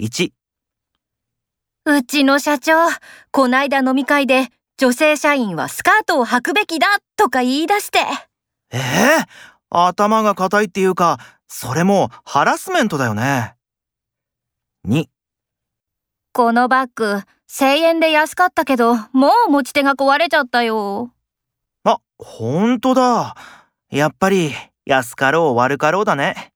1、うちの社長、こないだ飲み会で、女性社員はスカートを履くべきだとか言い出して。ええ頭が固いっていうか、それもうハラスメントだよね。2、このバッグ、1000円で安かったけど、もう持ち手が壊れちゃったよ。あ、ほんとだ。やっぱり、安かろう悪かろうだね。